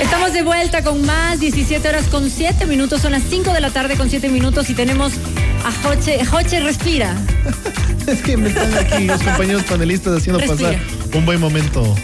Estamos de vuelta con más, 17 horas con 7 minutos, son las 5 de la tarde con 7 minutos y tenemos a Joche, Joche respira. Es que me están aquí los compañeros panelistas haciendo Respira. pasar un buen momento.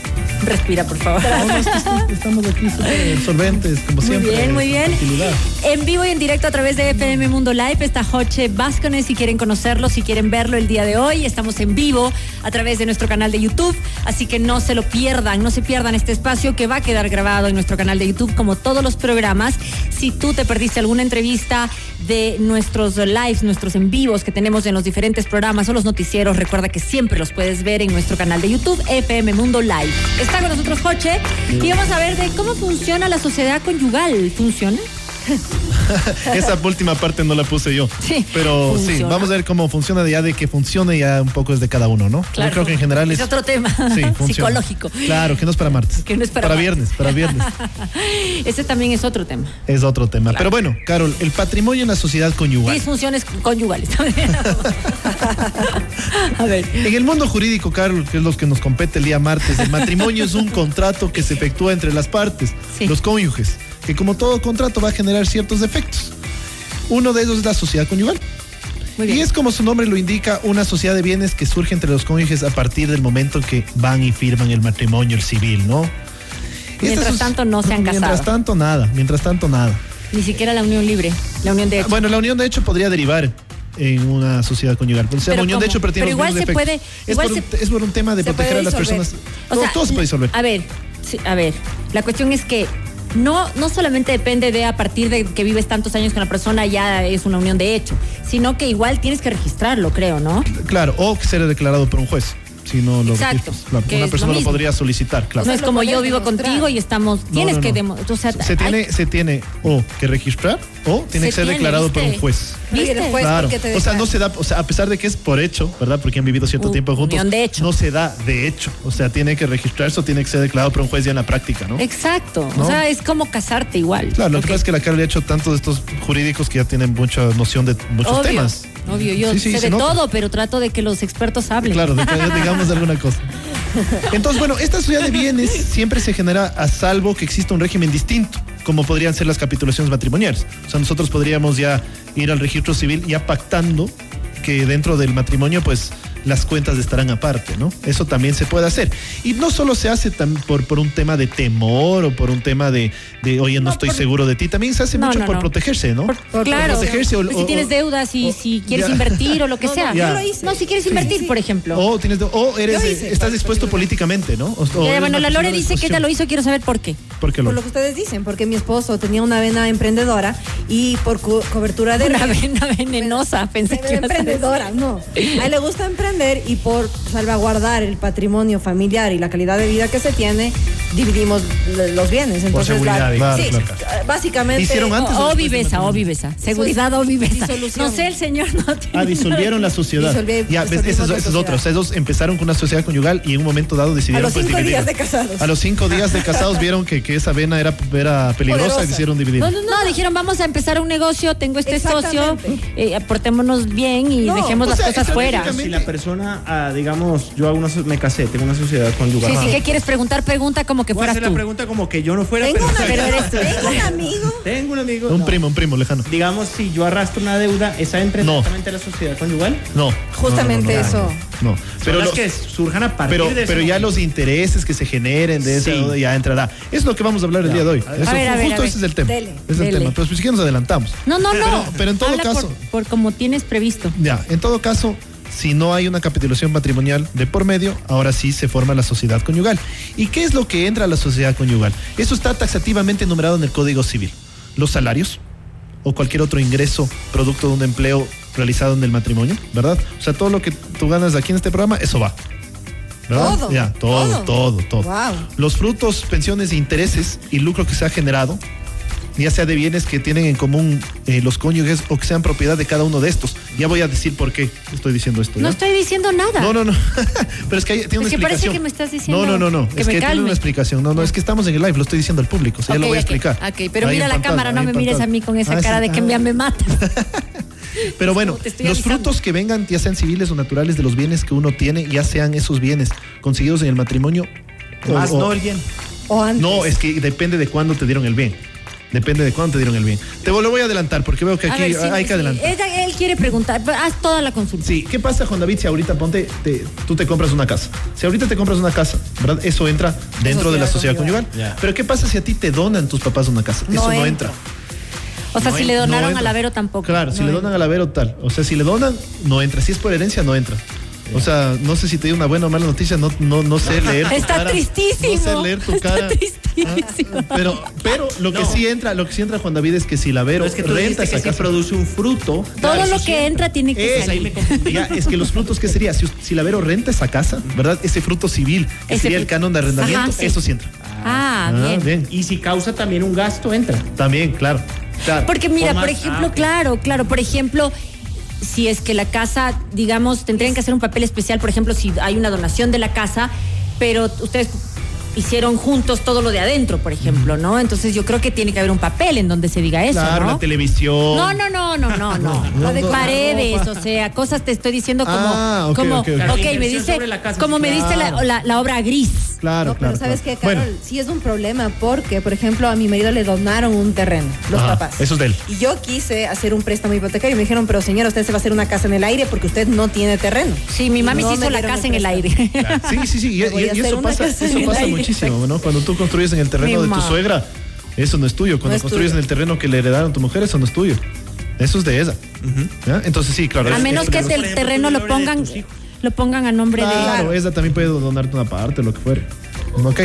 Respira, por favor. No, no, es que est- estamos aquí súper absorbentes, como Muy siempre. bien, muy bien. Tranquilidad. En vivo y en directo a través de FM Mundo Live está Joche Vázquez. Si quieren conocerlo, si quieren verlo el día de hoy, estamos en vivo a través de nuestro canal de YouTube. Así que no se lo pierdan, no se pierdan este espacio que va a quedar grabado en nuestro canal de YouTube, como todos los programas. Si tú te perdiste alguna entrevista de nuestros lives, nuestros en vivos que tenemos en los diferentes programas o los noticieros, recuerda que siempre los puedes ver en nuestro canal de YouTube, FM Mundo Live. Está con nosotros Joche y vamos a ver de cómo funciona la sociedad conyugal. ¿Funciona? Esa última parte no la puse yo. Sí. Pero sí, Funciona. vamos a ver cómo funciona ya de que funcione ya un poco es de cada uno, ¿no? Yo creo que en general es, es otro tema sí, funciona. psicológico. Claro, que no es para martes. Que no es para martes. viernes, para viernes. Ese también es otro tema. Es otro tema. Pero bueno, Carol, el patrimonio en la sociedad conyugal. Disfunciones conyugales. a ver. En el mundo jurídico, Carol, que es lo que nos compete el día martes, el matrimonio es un contrato que se efectúa entre las partes, Sí. los cónyuges, que como todo contrato va a generar ciertos efectos. Uno de ellos es la sociedad conyugal. Muy Y bien. es como su nombre lo indica, una sociedad de bienes que surge entre los cónyuges a partir del momento en que van y firman el matrimonio, el civil, ¿no? Esta Mientras soci- tanto, no se han Mientras casado. tanto, nada, mientras tanto, nada. Ni siquiera la unión libre, la unión de hecho. Ah, Bueno, la unión de hecho podría derivar en una sociedad conyugal. O sea, Pero la unión de ¿cómo? hecho, pero tiene Pero los igual mismos se efectos. puede- es, igual por se- un, es por un tema de se proteger a puede las disolver. personas. O todo, sea, todo se puede disolver. A ver, sí, a ver. La cuestión es que no, no solamente depende de a partir de que vives tantos años con la persona ya es una unión de hecho, sino que igual tienes que registrarlo, creo, ¿no? Claro, o que será declarado por un juez. Si no lo Exacto, registras. Claro, que una es lo persona lo, mismo. podría solicitar, claro. No es lo como yo puedes vivo demostrar. contigo y estamos. No, Tienes no, que no. demo- o sea, se tiene, se tiene o que registrar o tiene que ser declarado por un juez. Y el juez claro. porque te O sea, declara. no se da, o sea, a pesar de que es por hecho, ¿verdad? Porque han vivido cierto U- tiempo juntos. Uh, unión de hecho. No se da de hecho. O sea, tiene que registrarse o tiene que ser declarado por un juez ya en la práctica, ¿no? Exacto. ¿No? O sea, es como casarte igual. Claro, lo que Ok. pasa es que la Carol ha hecho tantos de estos jurídicos que ya tienen mucha noción de muchos obvio, temas. Obvio, yo Sí, sí, sé se de nota. todo, pero trato de que los expertos hablen. Claro, de que ya digamos de alguna cosa. Entonces, bueno, esta sociedad de bienes siempre se genera a salvo que exista un régimen distinto, como podrían ser las capitulaciones matrimoniales. O sea, nosotros podríamos ya ir al registro civil ya pactando que dentro del matrimonio, pues las cuentas estarán aparte, ¿no? Eso también se puede hacer. Y no solo se hace tam- por, por un tema de temor o por un tema de, de, oye, no, estoy seguro de ti, también se hace No, mucho no, por no. protegerse, ¿no? Por Claro, protegerse o- pues o- si tienes o- deudas, si, o- si quieres ya. invertir o lo que sea. yo lo hice. No, si quieres invertir, por ejemplo. O, tienes, o eres, Yo hice estás parte dispuesto de- políticamente, ¿no? O- o Ya, eres bueno, oh, la una Lore persona de dice que ella disposición. lo hizo, quiero saber por qué. ¿Por qué lo Por lo que ustedes dicen, porque mi esposo tenía una vena emprendedora y por co- cobertura de Una vena venenosa, pensé que Pero ibas a decir. emprendedora, no. A él le gusta emprender y por salvaguardar el patrimonio familiar y la calidad de vida que se tiene, dividimos l- los bienes. Entonces, seguridad, la- digamos. sí, ah, Claro, básicamente. Hicieron antes O, o o después del viveza, o matrimonio. viveza. Seguridad o viveza. disolución. No sé, el señor no tiene. Ah, disolvieron la sociedad. Disolvi- ya, ves, disolvimos esa, es- la esa es sociedad. otra. O sea, ellos empezaron con una sociedad conyugal y en un momento dado decidieron. A los pues, cinco dividirla. días de casados. A los cinco días de casados vieron que, que esa vena era, era peligrosa Poderosa. y decidieron dividir. No, no, no, dijeron, vamos a empezar un negocio, tengo este socio, Exactamente. eh, aportémonos bien y No, dejemos o las sea, cosas fuera. estratégicamente- Si la persona, ah, digamos, yo hago una, so- me casé, tengo una sociedad conyugal. Sí, sí, ¿qué quieres preguntar? Pregunta como que Voy a fueras hacer la tú. pregunta como que yo no fuera Tengo, una- Pero eres- tengo un amigo. Tengo un amigo. un no. primo, un primo lejano. Digamos, si yo arrastro una deuda, ¿esa entra No. directamente a la sociedad conyugal? No. Justamente No, no, no, no, eso. No. Pero Pero las los- que surjan a partir Pero, de ese pero ya momento. los intereses que se generen de esa Sí. deuda ya entrará. Es lo que vamos a hablar el día de hoy. A Eso, ver, a ver, justo a ver. ese es el tema. Dele, es el dele. tema. Pero pues, si que nos adelantamos. No, no, no. Pero- pero en todo Habla por- caso- Pues Por, como tienes previsto. Ya, en todo caso, si no hay una capitulación matrimonial de por medio, ahora sí se forma la sociedad conyugal. ¿Y qué es lo que entra a la sociedad conyugal? Eso está taxativamente enumerado en el Código Civil. Los salarios o cualquier otro ingreso producto de un empleo realizado en el matrimonio, ¿verdad? O sea, todo lo que tú ganas aquí en este programa, eso va. ¿verdad? Todo, Ya, todo, todo. todo, todo. Guau. Los frutos, pensiones, e intereses y lucro que se ha generado, ya sea de bienes que tienen en común eh, los cónyuges o que sean propiedad de cada uno de estos. Ya voy a decir por qué estoy diciendo esto. No ¿ya? estoy diciendo nada. No, no, no. Pero es que hay- tiene una Es que parece explicación. que me estás diciendo No, no, no, no. que es me que tiene calme. una explicación. No, no, es que estamos en el live, lo estoy diciendo al público. O sea, ya lo Ok, voy a ok, explicar. ok, pero Ahí mira en la pantalla, cámara, ahí no en me mires a pantalla. mí con esa Ah, cara sí, de que ah, me, me mata. Pero bueno, te estoy los avisando. frutos que vengan, ya sean civiles o naturales, de los bienes que uno tiene, ya sean esos bienes conseguidos en el matrimonio. o- Más o- no el bien. O antes. No, es que depende de cuándo te dieron el bien. Depende de cuándo te dieron el bien. Te lo voy a adelantar porque veo que A aquí ver, sí, hay sí. que adelantar. Ella- él quiere preguntar, pero haz toda la consulta. Sí, ¿qué pasa, Juan David, si ahorita ponte, te- tú te compras una casa? Si ahorita te compras una casa, ¿verdad? Eso entra dentro de la sociedad Sociedad conyugal. conyugal. Ya. Pero ¿qué pasa si a ti te donan tus papás una casa? No Eso no entra. entra. O sea, No si en- le no donaron entra. al Avero tampoco. Claro, si No le entra. donan al Avero tal. O sea, si le donan, no entra. Si es por herencia, no entra. O sea, no sé si te di una buena o mala noticia, no, no, no sé leer tu Está cara. tristísimo. No sé leer tu Está cara. tristísimo. Ah, Pero, pero lo que No. sí entra, lo que sí entra Juan David es que si la Vero Pero es que tú renta dijiste esa que si casa. produce un Todo fruto. claro, lo eso que sí. entra tiene que Es, salir. ahí me confundí. ya, es que los frutos, ¿qué sería? Si, si la Vero renta esa casa, ¿verdad? Ese fruto civil, que Ese sería fruto. el canon de arrendamiento, Ajá, sí. eso sí entra. Ah, bien. Y si causa también un gasto, entra. También, claro. claro. Porque mira, O más- por ejemplo, ah, ok. claro, claro, por ejemplo, si es que la casa, digamos, tendrían que hacer un papel especial, por ejemplo, si hay una donación de la casa, pero ustedes hicieron juntos todo lo de adentro, por ejemplo, ¿no? Entonces yo creo que tiene que haber un papel en donde se diga eso, claro, ¿no? la televisión. No, no, no, no, no, no. no, no. Paredes, o sea, cosas te estoy diciendo como, Ah, ok, como, ok, ok. ok, me Inversión dice, sobre la casa, como me claro. diste la, la- la obra gris. Claro, No, claro. pero ¿sabes claro. qué, Carol? Bueno, Sí es un problema porque, por ejemplo, a mi marido le donaron un terreno, los ajá, papás. Eso es de él. Y yo quise hacer un préstamo hipotecario y me dijeron, pero señora, usted se va a hacer una casa en el aire porque usted no tiene terreno. Sí, mi mami No se me hizo la dieron casa el en el préstamo. aire. Sí, sí, sí. Y, Me voy y- a y hacer eso una pasa, casa eso en el pasa aire. muchísimo, ¿no? Cuando tú construyes en el terreno Mi de tu ma. suegra, eso no es tuyo. Cuando es construyes tuyo. en el terreno que le heredaron tu mujer, eso no es tuyo. Eso es de ella. ¿Ya? Entonces sí, claro. A es- menos es- que es- el terreno lo pongan, lo pongan a nombre de. Claro, ella también puede donarte una parte, lo que fuere. Ok.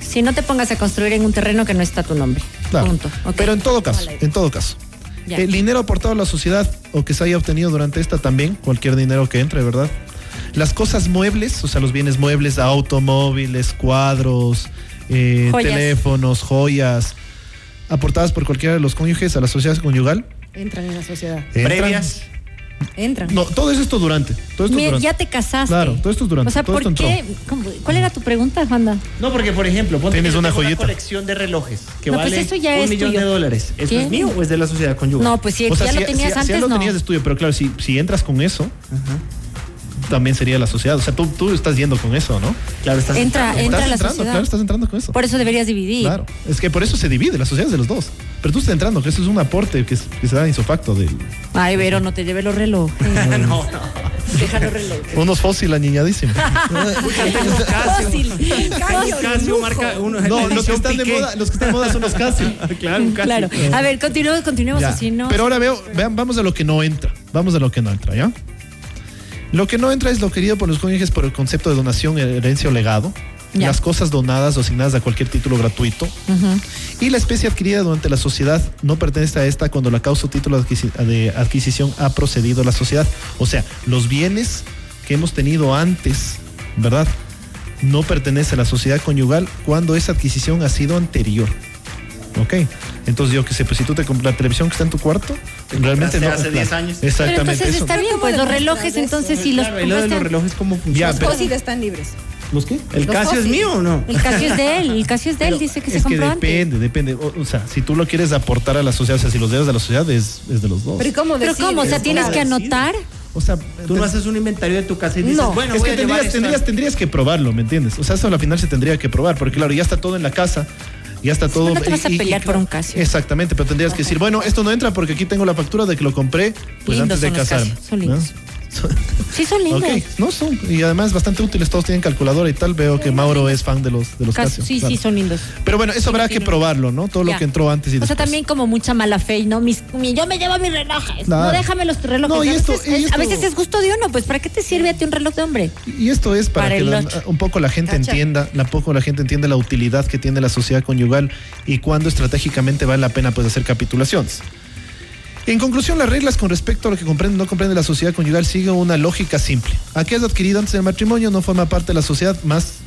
Si no te pongas a construir en un terreno que no está tu nombre. Claro. Punto. Ok. Pero en todo caso, Vale. en todo caso. Ya. El dinero aportado a la sociedad o que se haya obtenido durante esta también, cualquier dinero que entre, ¿verdad? Las cosas muebles, o sea, los bienes muebles, automóviles, cuadros, eh, Joyas. teléfonos, joyas, aportadas por cualquiera de los cónyuges a la sociedad conyugal. Entran en la sociedad. entran- Previas. Entran. No, todo eso es esto durante. Todo esto Mira, durante. ya te casaste. Claro, todo esto es durante, O sea, todo ¿por esto entró. qué? ¿Cómo? ¿Cuál era tu pregunta, Wanda? No, porque por ejemplo, ponte Tienes que yo una tengo joyita. colección de relojes que No, pues vale eso ya un es millón tuyo. de dólares. ¿Eso ¿Qué? es mío o es de la sociedad conyugal? No, pues si O sea, ya si lo tenías si- si antes, ya lo no. tenías de estudio, pero claro, si, si entras con eso, también sería la sociedad. O sea, tú, tú estás yendo con eso, ¿no? claro, estás pues Ah, Entra, Estás entra a la entrando, sociedad. claro, estás entrando con eso. Por eso deberías dividir. Claro, es que por eso se divide, la sociedad es de los dos. Pero tú estás entrando, que eso es un aporte que, es- que se da insofacto de Ay, Vero, no te lleves los relojes. No, no. Deja los relojes. unos fósil añeñadísimos. Fósil. Fósil. Casio marca uno. no, los que edición están de Piqué. moda, los que están de moda son los Casio. Claro, un Casio. Claro. A ver, continuemos, continuemos Ya. así, ¿no? Pero ahora veo, vean, vamos a lo que no entra. Vamos a lo que no entra, ¿ya? Lo que no entra es lo querido por los cónyuges por el concepto de donación, herencia o legado, Ya. las cosas donadas o asignadas a cualquier título gratuito, y la especie adquirida durante la sociedad no pertenece a esta cuando la causa o título de adquisi- de adquisición ha procedido a la sociedad. O sea, los bienes que hemos tenido antes, ¿verdad? No pertenece a la sociedad conyugal cuando esa adquisición ha sido anterior. Ok. Entonces yo que sé, pues si tú te compras la televisión que está en tu cuarto, realmente no. compraste hace 10 años. Pero Exactamente. entonces eso. está bien, ¿Cómo pues los demuestras relojes, eso? entonces si los Claro, y lo de los compraste- relones, ¿cómo Ya, funciona? Los pero- fósiles están libres. ¿Los qué? ¿El Los Casio es fósiles. mío o no? El Casio es de él, el Casio es de él, Pero dice que se es que compró antes. depende, depende. O, o sea, si tú lo quieres aportar a la sociedad, o sea, si los dedos de la sociedad es, es de los dos. Pero ¿y cómo Pero decides? ¿cómo? O sea, tienes que decides? anotar. O sea, Tú no te- haces un inventario de tu casa y dices, No. bueno, es voy que a llevar tendrías, esta- tendrías, tendrías que probarlo, ¿me entiendes? O sea, eso a la final se tendría que probar, porque claro, ya está todo en la casa, ya está todo. no te vas a pelear por un Casio. Exactamente, pero tendrías que decir, bueno, esto no entra porque aquí tengo la factura de que lo compré pues Lindos antes de son los casarme. Casio, son ¿no? lindos. Sí, son lindos. Ok, no son, y además bastante útiles, todos tienen calculadora y tal. Veo que Mauro es fan de los, de los Cas- Casio. sí, claro. sí, son lindos. Pero bueno, eso habrá que probarlo, ¿no? Todo Ya. lo que entró antes y O después. sea, también como mucha mala fe, y ¿no? Mis, mi- yo me llevo mis relojes. Claro. No déjame los relojes. No, y a, esto- veces, y es- a esto- veces es gusto de uno, pues ¿para qué te sirve a ti un reloj de hombre? Y esto es para, Para que el la- ocho. un poco la gente Cacha. entienda, la poco la gente entienda la utilidad que tiene la sociedad conyugal y cuándo estratégicamente vale la pena pues hacer capitulaciones. En conclusión, las reglas con respecto a lo que comprende o no comprende la sociedad conyugal siguen una lógica simple. Aquello adquirido antes del matrimonio no forma parte de la sociedad más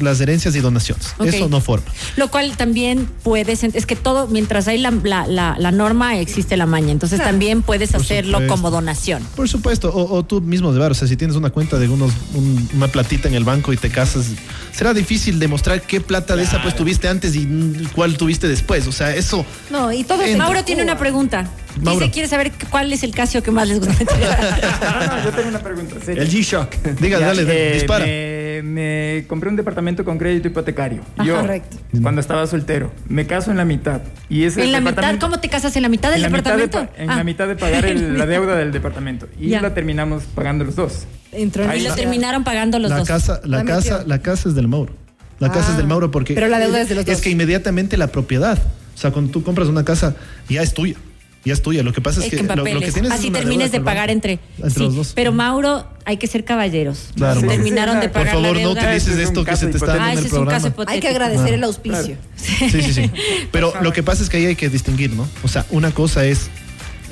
las herencias y donaciones. Ok. Eso no forma. Lo cual también puedes, es que todo, mientras hay la, la- la- la norma, existe la maña. Entonces Claro. también puedes Por hacerlo supuesto. como donación. Por supuesto, o, o tú mismo de bar, o sea, si tienes una cuenta de unos, un- una platita en el banco y te casas, será difícil demostrar qué plata de esa pues tuviste antes y mm, cuál tuviste después. O sea, eso. No, y todo Entra. Mauro tiene una pregunta. Mauro. Dice, quiere saber cuál es el Casio que más les gusta. No, no, yo tengo una pregunta. sí. El G-Shock. Diga, dale, dale, eh, dispara. me- eh, me compré un departamento con crédito hipotecario. Ah, yo, correcto. cuando estaba soltero, me caso en la mitad. Y ese ¿En la mitad? departamento- ¿Cómo te casas? ¿En la mitad del en la mitad de departamento? pa- en Ah. la mitad de pagar el- la deuda del departamento. Y Ya. la terminamos pagando los dos. Entró en Ahí Y está. lo terminaron pagando los la dos. casa, la, La casa, metió. la casa es del Mauro. La casa Ah, es del Mauro porque pero la deuda es de los dos. que inmediatamente la propiedad, o sea, cuando tú compras una casa ya es tuya, ya es tuya. Lo que pasa es, Es que en lo- lo, que eh, papeles. tienes es Así una termines deuda de con el pagar banco, entre, sí, los dos. Pero Mauro, hay que ser caballeros. Claro, Se Mauro. terminaron de Por pagar por favor la no deuda. Ese utilices es un esto que se caso te está hipotético. dando Ah, en ese el es un programa. caso Hay que hipotético. agradecer Claro. el auspicio. Sí, sí, sí. Pero lo que pasa es que ahí hay que distinguir, ¿no? O sea, una cosa es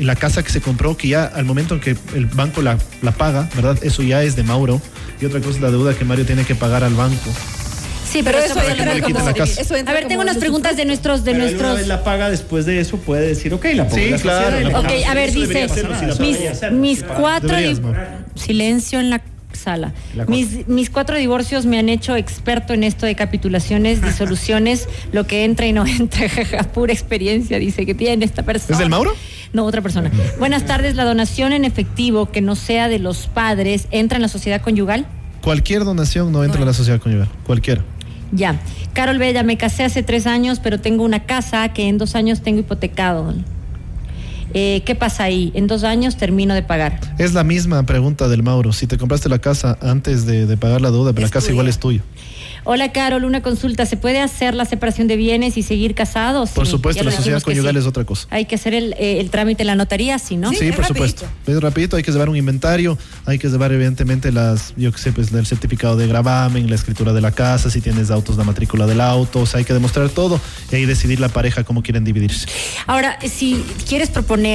la casa que se compró, que ya al momento en que el banco la, la paga, ¿verdad? Eso ya es de Mauro. Y otra cosa es la deuda que Mario tiene que pagar al banco. Sí, pero, eso que no entra le como- quiten la casa. eso entra A ver, como tengo unas usufructo. preguntas de nuestros, de Pero él una nuestros. vez la paga después de eso puede decir, ok, la pongo Sí, en la claro, sociedad y la la Ok, pagamos. a ver, Eso dice, debería ser, si la mis- debería hacer, mis ¿no? cuatro... Deberías, di- Mauro. Silencio en la sala. La corte. Mis, mis cuatro divorcios me han hecho experto en esto de capitulaciones, disoluciones, lo que entra y no entra, jaja, pura experiencia dice que tiene esta persona. ¿Es del Mauro? No, otra persona. Buenas tardes, la donación en efectivo que no sea de los padres, ¿entra en la sociedad conyugal? Cualquier donación no entra a la sociedad conyugal. Cualquiera. Ya. Carol Bella, me casé hace tres años, pero tengo una casa que en dos años tengo hipotecado. Eh, ¿Qué pasa ahí? En dos años termino de pagar. Es la misma pregunta del Mauro. Si te compraste la casa antes de, de pagar la deuda, pero Es la casa tuya. igual es tuya. Hola Carol, una consulta. ¿Se puede hacer la separación de bienes y seguir casados? Por Sí, supuesto, ya la lo sociedad dijimos que conyugal sí. es otra cosa. Hay que hacer el, eh, el trámite en la notaría, ¿sí, no? Sí, es por rapidito. supuesto. Es rapidito, hay que llevar un inventario, hay que llevar evidentemente las, yo qué sé, pues el certificado de gravamen, la escritura de la casa, si tienes autos, la matrícula del auto, o sea, hay que demostrar todo y ahí decidir la pareja cómo quieren dividirse. Ahora, si quieres proponer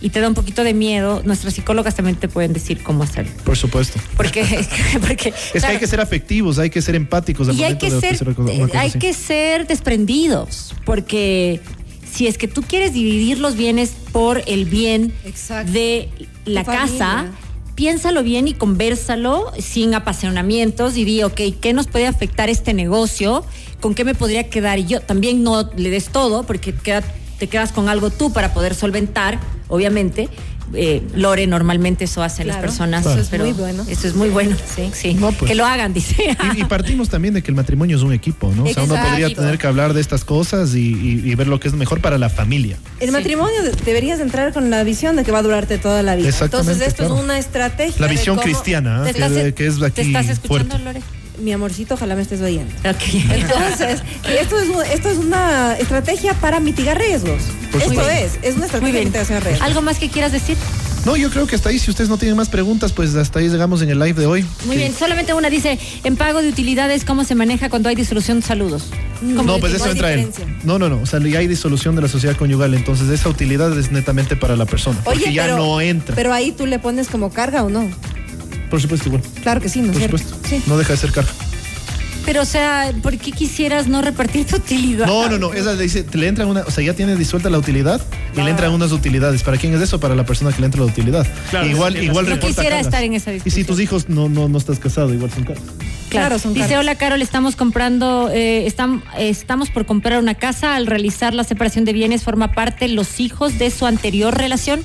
y te da un poquito de miedo, nuestras psicólogas también te pueden decir cómo hacerlo. Por supuesto. Porque, porque Es que hay claro, que ser afectivos, hay que ser empáticos. al y hay momento que de ser, ofrecer una cosa eh, hay así. que ser desprendidos, porque si es que tú quieres dividir los bienes por el bien Exacto. de la Tu casa, familia. piénsalo bien y conversalo sin apasionamientos y di, ok, ¿qué nos puede afectar este negocio? ¿Con qué me podría quedar yo? También no le des todo, porque queda- te quedas con algo tú para poder solventar, obviamente. Eh, Lore, normalmente eso hacen las Claro, personas. eso es pero muy bueno. Eso es muy bueno, sí. sí. No, pues. Que lo hagan, dice. Y, y partimos también de que el matrimonio es un equipo, ¿no? O sea, uno Exacto. podría tener que hablar de estas cosas y, y- y ver lo que es mejor para la familia. El Sí. matrimonio de- deberías entrar con la visión de que va a durarte toda la vida. Exactamente, Entonces esto claro. es una estrategia. La de visión cómo- cristiana, ¿ah? ¿Te que, estás, es- que es aquí ¿te estás escuchando, fuerte. Lore? Mi amorcito, ojalá me estés oyendo. Ok. Entonces, esto es, un- esto es una estrategia para mitigar riesgos. Por Esto supuesto. es, es Muy una estrategia de bien. mitigación de riesgos. ¿Algo más que quieras decir? No, yo creo que hasta ahí, si ustedes no tienen más preguntas, pues hasta ahí llegamos en el live de hoy. Muy Que- bien, solamente una dice, en pago de utilidades, ¿cómo se maneja cuando hay disolución? Saludos. ¿Cómo No, de pues tipo? eso hay entra en. diferencia. No, no, no. O sea, ya hay disolución de la sociedad conyugal. Entonces, esa utilidad es netamente para la persona. Porque ya no entra. Pero ahí tú le pones como carga o no. por supuesto, igual. Claro que sí, ¿no es Por cierto? supuesto. Sí. No deja de ser carga. Pero, o sea, ¿por qué quisieras no repartir tu utilidad? No, no, no. Esa le dice, le entran una. O sea, ya tiene disuelta la utilidad y le entran unas utilidades. ¿Para quién es eso? Para la persona que le entra la utilidad. Claro, igual, sí, sí, igual sí. No reporta quisiera cargas. estar en esa Y si discusión. tus hijos no, no, no estás casado, igual son cargas. Claro, Claro, son dice, caros. hola Carol, estamos comprando, eh, estam- eh, estamos por comprar una casa. Al realizar la separación de bienes, ¿forma parte los hijos de su anterior relación?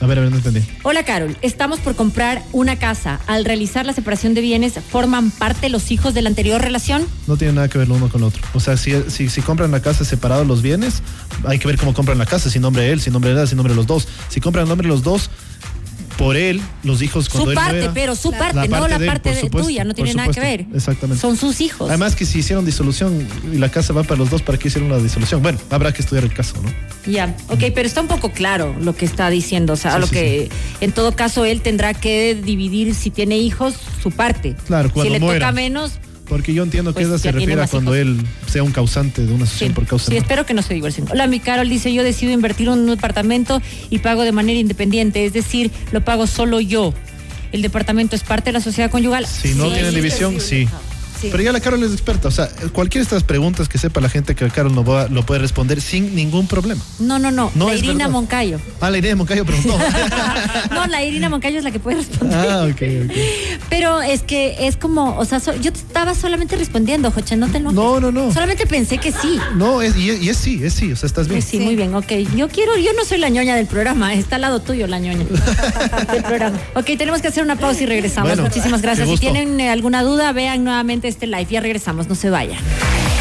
A ver, a ver, no entendí. Hola Carol, estamos por comprar una casa. Al realizar la separación de bienes, ¿forman parte los hijos de la anterior relación? No tiene nada que ver lo uno con lo otro. O sea, si, si, si compran la casa separado los bienes, hay que ver cómo compran la casa, si nombre de él, si nombre de ella, si nombre de los dos. Si compran nombre de los dos, por él, los hijos cuando su él no parte, era- pero su La parte, no la de él, parte por de- supuesto, tuya, no por tiene nada que ver. supuesto, Exactamente. Son sus hijos. Además que si hicieron disolución y la casa va para los dos, ¿para qué hicieron la disolución? Bueno, habrá que estudiar el caso, ¿no? Ya, ok, pero está un poco claro lo que está diciendo. O sea, Sí, lo sí, que en todo caso él tendrá que dividir, si tiene hijos, su parte. Claro, cuando Si le muera. toca menos, Porque yo entiendo que Pues ella se ya tiene refiere a más cuando hijos. él sea un causante de una sí. asociación por causa Sí, de- espero que no se divorcien. Hola, mi Carol dice: Yo decido invertir en un departamento y pago de manera independiente, es decir, lo pago solo yo. El departamento es parte de la sociedad conyugal. Si no Sí. tienen división, sí. Sí. Pero ya la Carol es experta. O sea, cualquiera de estas preguntas que sepa la gente que la Carol no va- lo puede responder sin ningún problema. No, no, no. No, la es Irina verdad. Moncayo. Ah, la idea de Moncayo preguntó. No, la Irina Moncayo es la que puede responder. ah, ok, ok. Pero es que es como, o sea, so- yo te estaba solamente respondiendo, Joche, no te enojes. No, no, no. Solamente pensé que sí. No, es, y, es, y es sí, es sí. O sea, estás bien. Pues sí, muy bien, ok. Yo quiero, yo no soy la ñoña del programa, está al lado tuyo la ñoña del programa. Ok, tenemos que hacer una pausa y regresamos. Bueno, Muchísimas qué gracias. Si gusto. tienen eh, alguna duda, vean nuevamente este live. Ya regresamos, no se vayan.